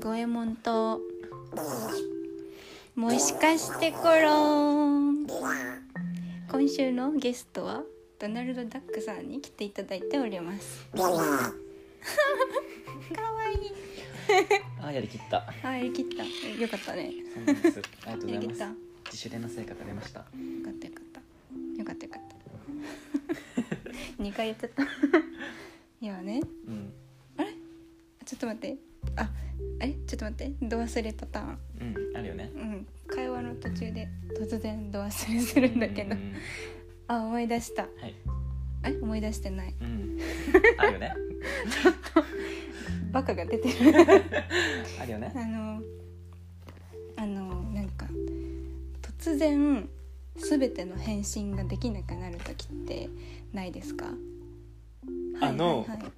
五右衛門ともしかしてコロン今週のゲストはドナルド・ダックさんに来ていただいており ますかわいいあーやりきった あやりきったえよかったねそうなんですありがとうごやりきざいっまたすよ自主練の成果が出ましたかったよかったよかったよかった2 回言っちゃったいやねうんあれちょっと待ってああれちょっと待ってど忘れパターンうんあるよねうん会話の途中で突然ど忘れするんだけどうんうんうんあ思い出したはいあれ思い出してないうんあるよね バカが出てる あるよねあのあのなんか突然全ての返信ができなくなる時ってないですかあのはいはいはい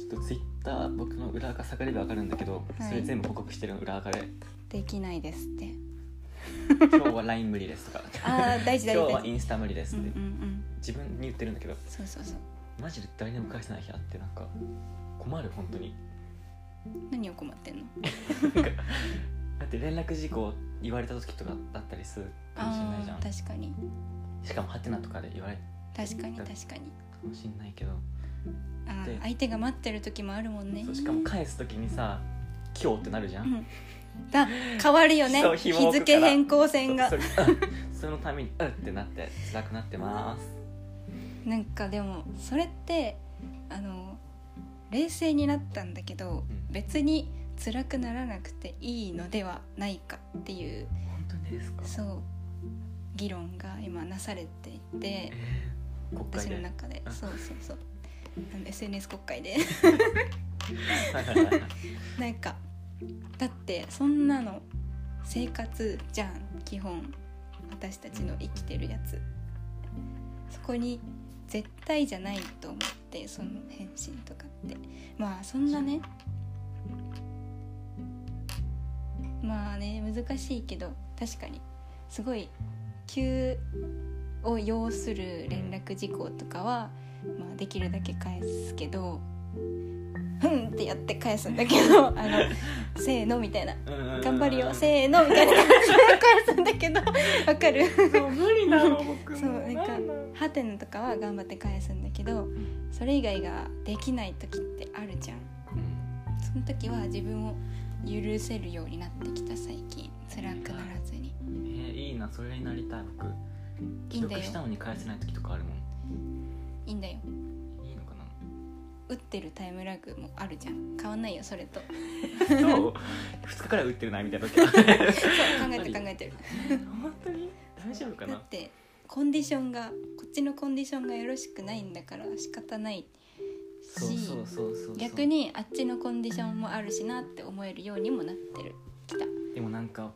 ちょっとツイッター僕の裏垢探ればわかるんだけど、はいそれ全部報告してるの裏 垢でできないです って今日は LINE 無理ですとかあー大事大事今日大はイ事ンスタ無理ですうっんうんて、うん自分に言ってるんだけどそうそうそうマジで誰にも返せない日あってなんか困る本当に何を困ってんのだって連絡事項言われた時とかだったりするかもしれないじゃあんー確かにしかもハテナとかで言われる確かに確かにかもしれないけど、あでー相手が待ってる時もあるもんねそうしかも返す時にさ「今日」ってなるじゃん、うんだ変わるよねそう日紐を置くか付ら変更線がそそれ そのために「うん」ってなって辛くなってますなんかでもそれってあの冷静になったんだけど、うん別に辛くならなくていいのではないかっていう本当にですかそう議論が今なされていてえー国私会での中であそうそうそうあの SNS 国会でなんかだってそんなの生活じゃん基本私たちの生きてるやつそこに絶対じゃないと思ってその返信とかってまあそんなねまあね難しいけど確かにすごい急を要する連絡事項とかは、まあ、できるだけ返すけど「ふん」ってやって返すんだけ ど「あのせーの」みたいなうんう んうんう「ん頑張る よせーの」みたいな感じで返すんだけどわかるそう無理な の僕もそうなんかなのハテナとかは頑張って返すんだけどんそれ以外ができない時ってあるじゃんうんその時は自分を許せるようになってきた最近辛くならずにえーいいなそれになりたいい僕い記んだ録よしたのに返せない時とかあるもんいいんだよいいのかな 打ってるタイムラグもあるじゃん変わんないよそれとそうそう2日からい打ってるなみたい な時考考えて考えてる本当に大丈夫かだなってコンディションがこっちのコンディションがよろしくないんだから仕方ないしそうそうそうそう逆にあっちのコンディションもあるしなって思えるようにもなってるきたでもなんか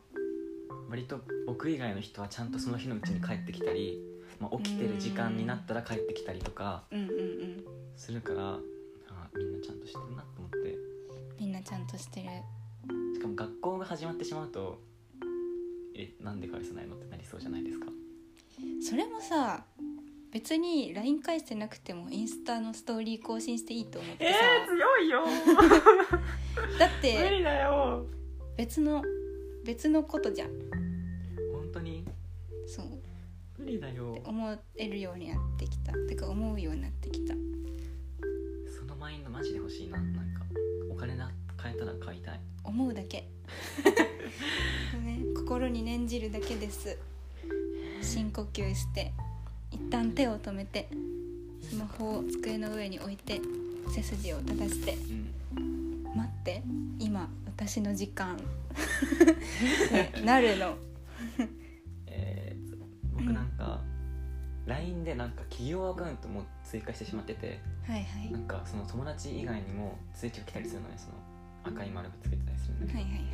割と僕以外の人はちゃんとその日のうちに帰ってきたり、まあ、起きてる時間になったら帰ってきたりとかうんうんうんするからあみんなちゃんとしてるなと思ってみんなちゃんとしてるしかも学校が始まってしまうとえなんで返さないのってなりそうじゃないですかそれもさ別に LINE 返してなくてもインスタのストーリー更新していいと思ってさ、強いよ だってだよ別の別のことじゃん本当にそうっ無理だよて思えるようになってきたてか思うようになってきたそのマインドマジで欲しいななんかお金な買えたら買いたい思うだけ、ね、心に念じるだけです深呼吸して一旦手を止めてスマホを机の上に置いて背筋を正してうん待って今私の時間ってなるのえー僕なんか、LINE でなんか企業アカウントも追加してしまっててはいはいなんかその友達以外にも通知が来たりするのねその赤い丸がつけてたりするんだけはいはいはいど、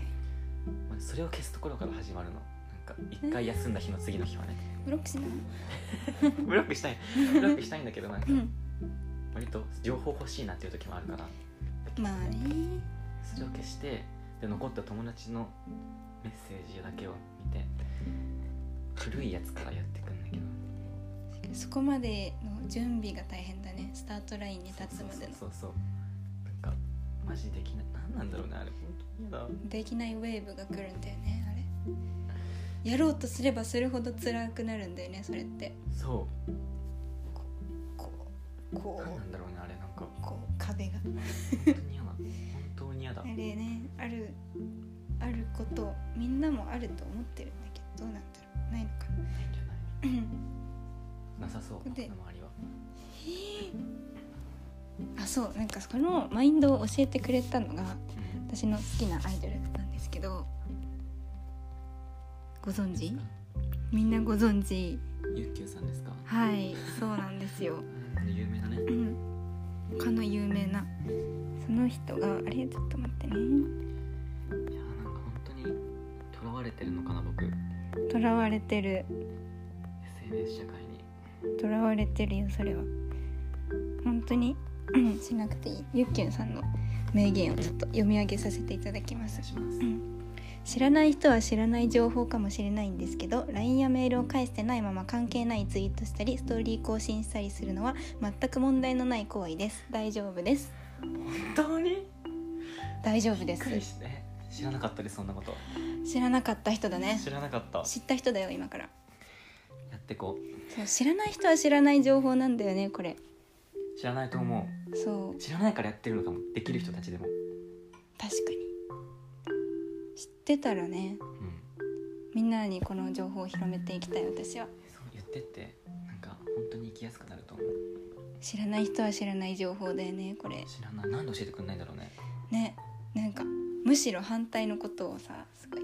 まあそれを消すところから始まるのなんか一回休んだ日の次の日は ねブロックしないブロックしたいブロックしたいんだけどなんかうん割と情報欲しいなっていう時もあるからまあねそれを消してで残った友達のメッセージだけを見て古いやつからやってくんだけどそこまでの準備が大変だねスタートラインに立つまでのそうそうそうそうなんかマジできない何なんだろうねあれ本当やだできないウェーブが来るんだよねあれやろうとすればするほど辛くなるんだよねそれってそこううこ何なうんだろうねあれなんかこう壁が本当に嫌だ本当に嫌だあれねあるあることみんなもあると思ってるんだけどどうなんだろうないのかなないんじゃないなさそうここ僕での周りはあそうなんかそのマインドを教えてくれたのがうん私の好きなアイドルなんですけどご存知みんなご存知ゆっきゅうさんですかはいそうなんですようん有名なねうんかの有名なその人があれちょっと待ってねいやなんか本当にとらわれてるのかな僕囚われてる SNS 社会に囚われてるよそれは本当にうんしなくていいゆっきゅんさんの名言をちょっと読み上げさせていただきまおす願いします知らない人は知らない情報かもしれないんですけど LINE やメールを返してないまま関係ないツイートしたりストーリー更新したりするのは全く問題のない行為です大丈夫です本当に大丈夫びでっくりすして知らなかったですそんなこと知らなかった人だね知らなかった知った人だよ今からやってこそう知らない人は知らない情報なんだよねこれう知らないと思そうう知らないからやってるのかもできる人たちでも確かに知ってたらねうんみんなにこの情報を広めていきたい私はそう言ってってなんか本当に生きやすくなると思う知らない人は知らない情報だよねこれ知らないなんで教えてくんないんだろうねねなんかむしろ反対のことをさすごい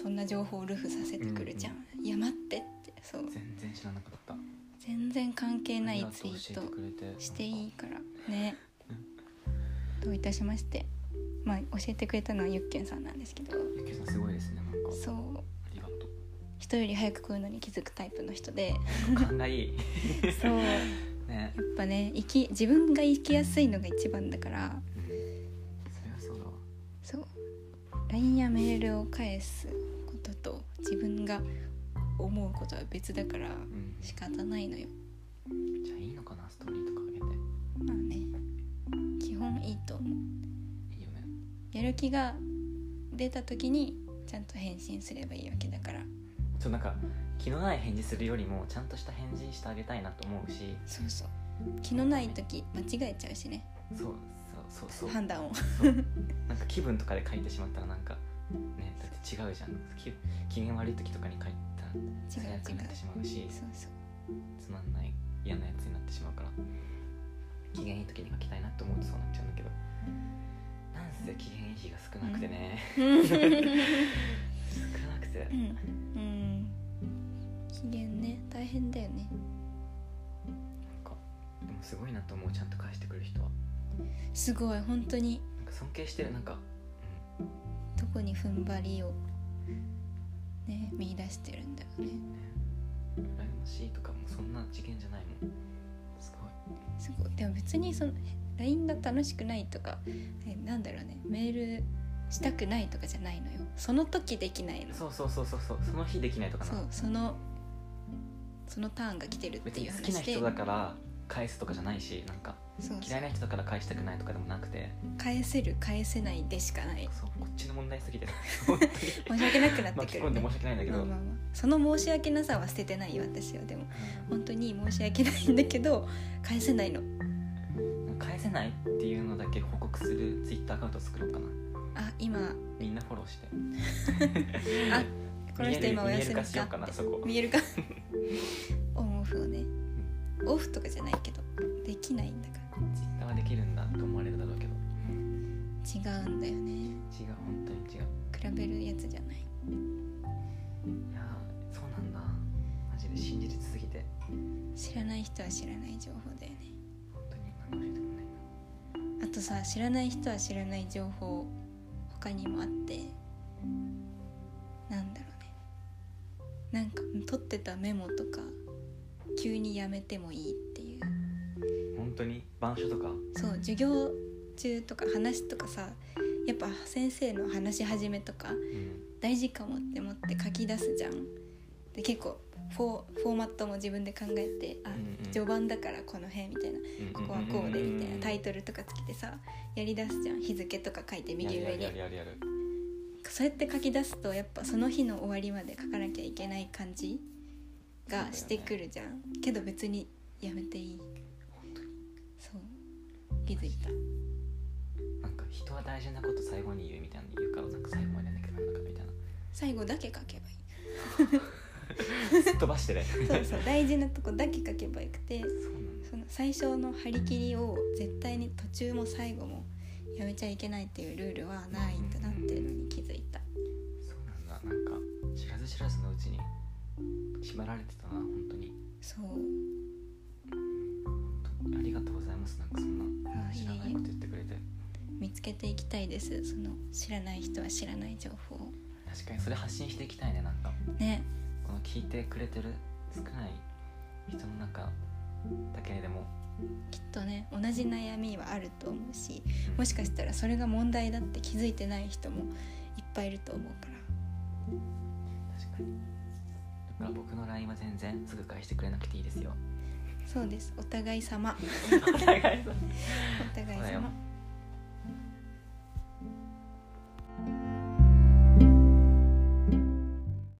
そんな情報をルフさせてくるじゃん、いや待ってってそう全然知らなかった全然関係ないありがツとイうー教トえてくれてしていいからねどういたしましてまあ教えてくれたのはゆっけんさんなんですけどゆきさんすごいですねなんかそうありがとう人より早くこういうのに気づくタイプの人で勘がいい そうやねっぱね生き自分が生きやすいのが一番だからうんそれはそうだわそう LINE やメールを返すことと自分が思うことは別だからうん仕方ないのよじゃあいいのかなストーリーとかあげてまあね基本いいと思ういいよねやる気が出た時にちゃんと返信すればいいわけだからちょっとなんか気のない返事するよりもちゃんとした返事してあげたいなと思うしそうそう気のない時間違えちゃうしねそうそうそうそう判断をそうなんか気分とかで書いてしまったらなんかねだって違うじゃん気機嫌悪い時とかに書いたら違う違最悪になっうてしまうしそうそうつまんない嫌なやつになってしまうから機嫌いい時に書きたいなって思うとそうなっちゃうんだけどなんせ機嫌いい日が少なくて ね、少なくて、うん、うん、機嫌ね大変だよねなんかでもすごいなと思うちゃんと返してくる人はすごい本当になんか尊敬してるなんかどこに踏ん張りをね見出してるんだよね羨ましいとかもそんな次元じゃないもんすごいすごいでも別にその LINE が楽しくないとかえなんだろうねメールしたくないとかじゃないのよその時できないのそうそうそうそうそうその日できないとかなそうそのそのターンが来てるっ別ていにう好きな話で人だから返すとかじゃないしなんかそうそ嫌ういな人だから返したくないとかでもなくて返せる返せないでしかないそうこっちの問題すぎて 本当申にし訳なくなってく巻き込るんでね、申し訳ないんだけまど、あまあまあその申し訳なさは捨ててないよ私はでも本当に申し訳ないんだけど返せないのうん返せないっていうのだけ報告するツイッターアカウント作ろうかなあ今みんなフォローしてあこの見え人る今お見え休るみ化かしようかなそこ見えるか オンオフをねオフとかじゃないけどできないんだかツイッターはできるんだと思われるだろうけらど違うんだよね違う本当に違比うべるやつじゃないいやーそうなんだマジで信じりすぎて知らない人は知らない情報だよね本当に何も教えてくれないんだあとさ知らない人は知らない情報他にもあってなんだろうねなんか取ってたメモとか急にやめてもいいっていう本当に板書とかそう授業中とか話とかさやっぱ先生の話し始めとかうん大事かもって思って書き出すじゃんで結構フォーフォーマットも自分で考えてあ、うんうん序盤だからこの辺みたいなここはこうでみたいなタイルトルとかつけてさやりだすじゃん日付とか書いて右上にやるやるやるやるそうやって書き出すとやっぱその日の終わりまで書かなきゃいけない感じがしてくるじゃん、けど別にやめていい本当にそう気づいたなんか人は大事なこと最後に言うみたいなの言うからなんか最後までやんなきゃダメなのかみたいな最後だけ書けばいいすっ飛ばしてねそうそう大事なとこだけ書けばよくてそうなんだその最初の張り切りを絶対に途中も最後もやめちゃいけないっていうルールはないんだなっていうのに気づいたそうなんだなんか知らず知らずのうちに縛られてたな本当にそうありがとうございますなんかそんなあいえいえ知らないこと言ってくれて見つけていきたいですその知らない人は知らない情報を確かにそれ発信していきたいねなんかねこの聞いてくれてる少ない人の中だけれどもきっとね同じ悩みはあると思うしうんもしかしたらそれが問題だって気づいてない人もいっぱいいると思うから確かにだから僕の LINE は全然すぐ返してくれなくていいですよ そうですお互い様お互いおさ互いそうだよ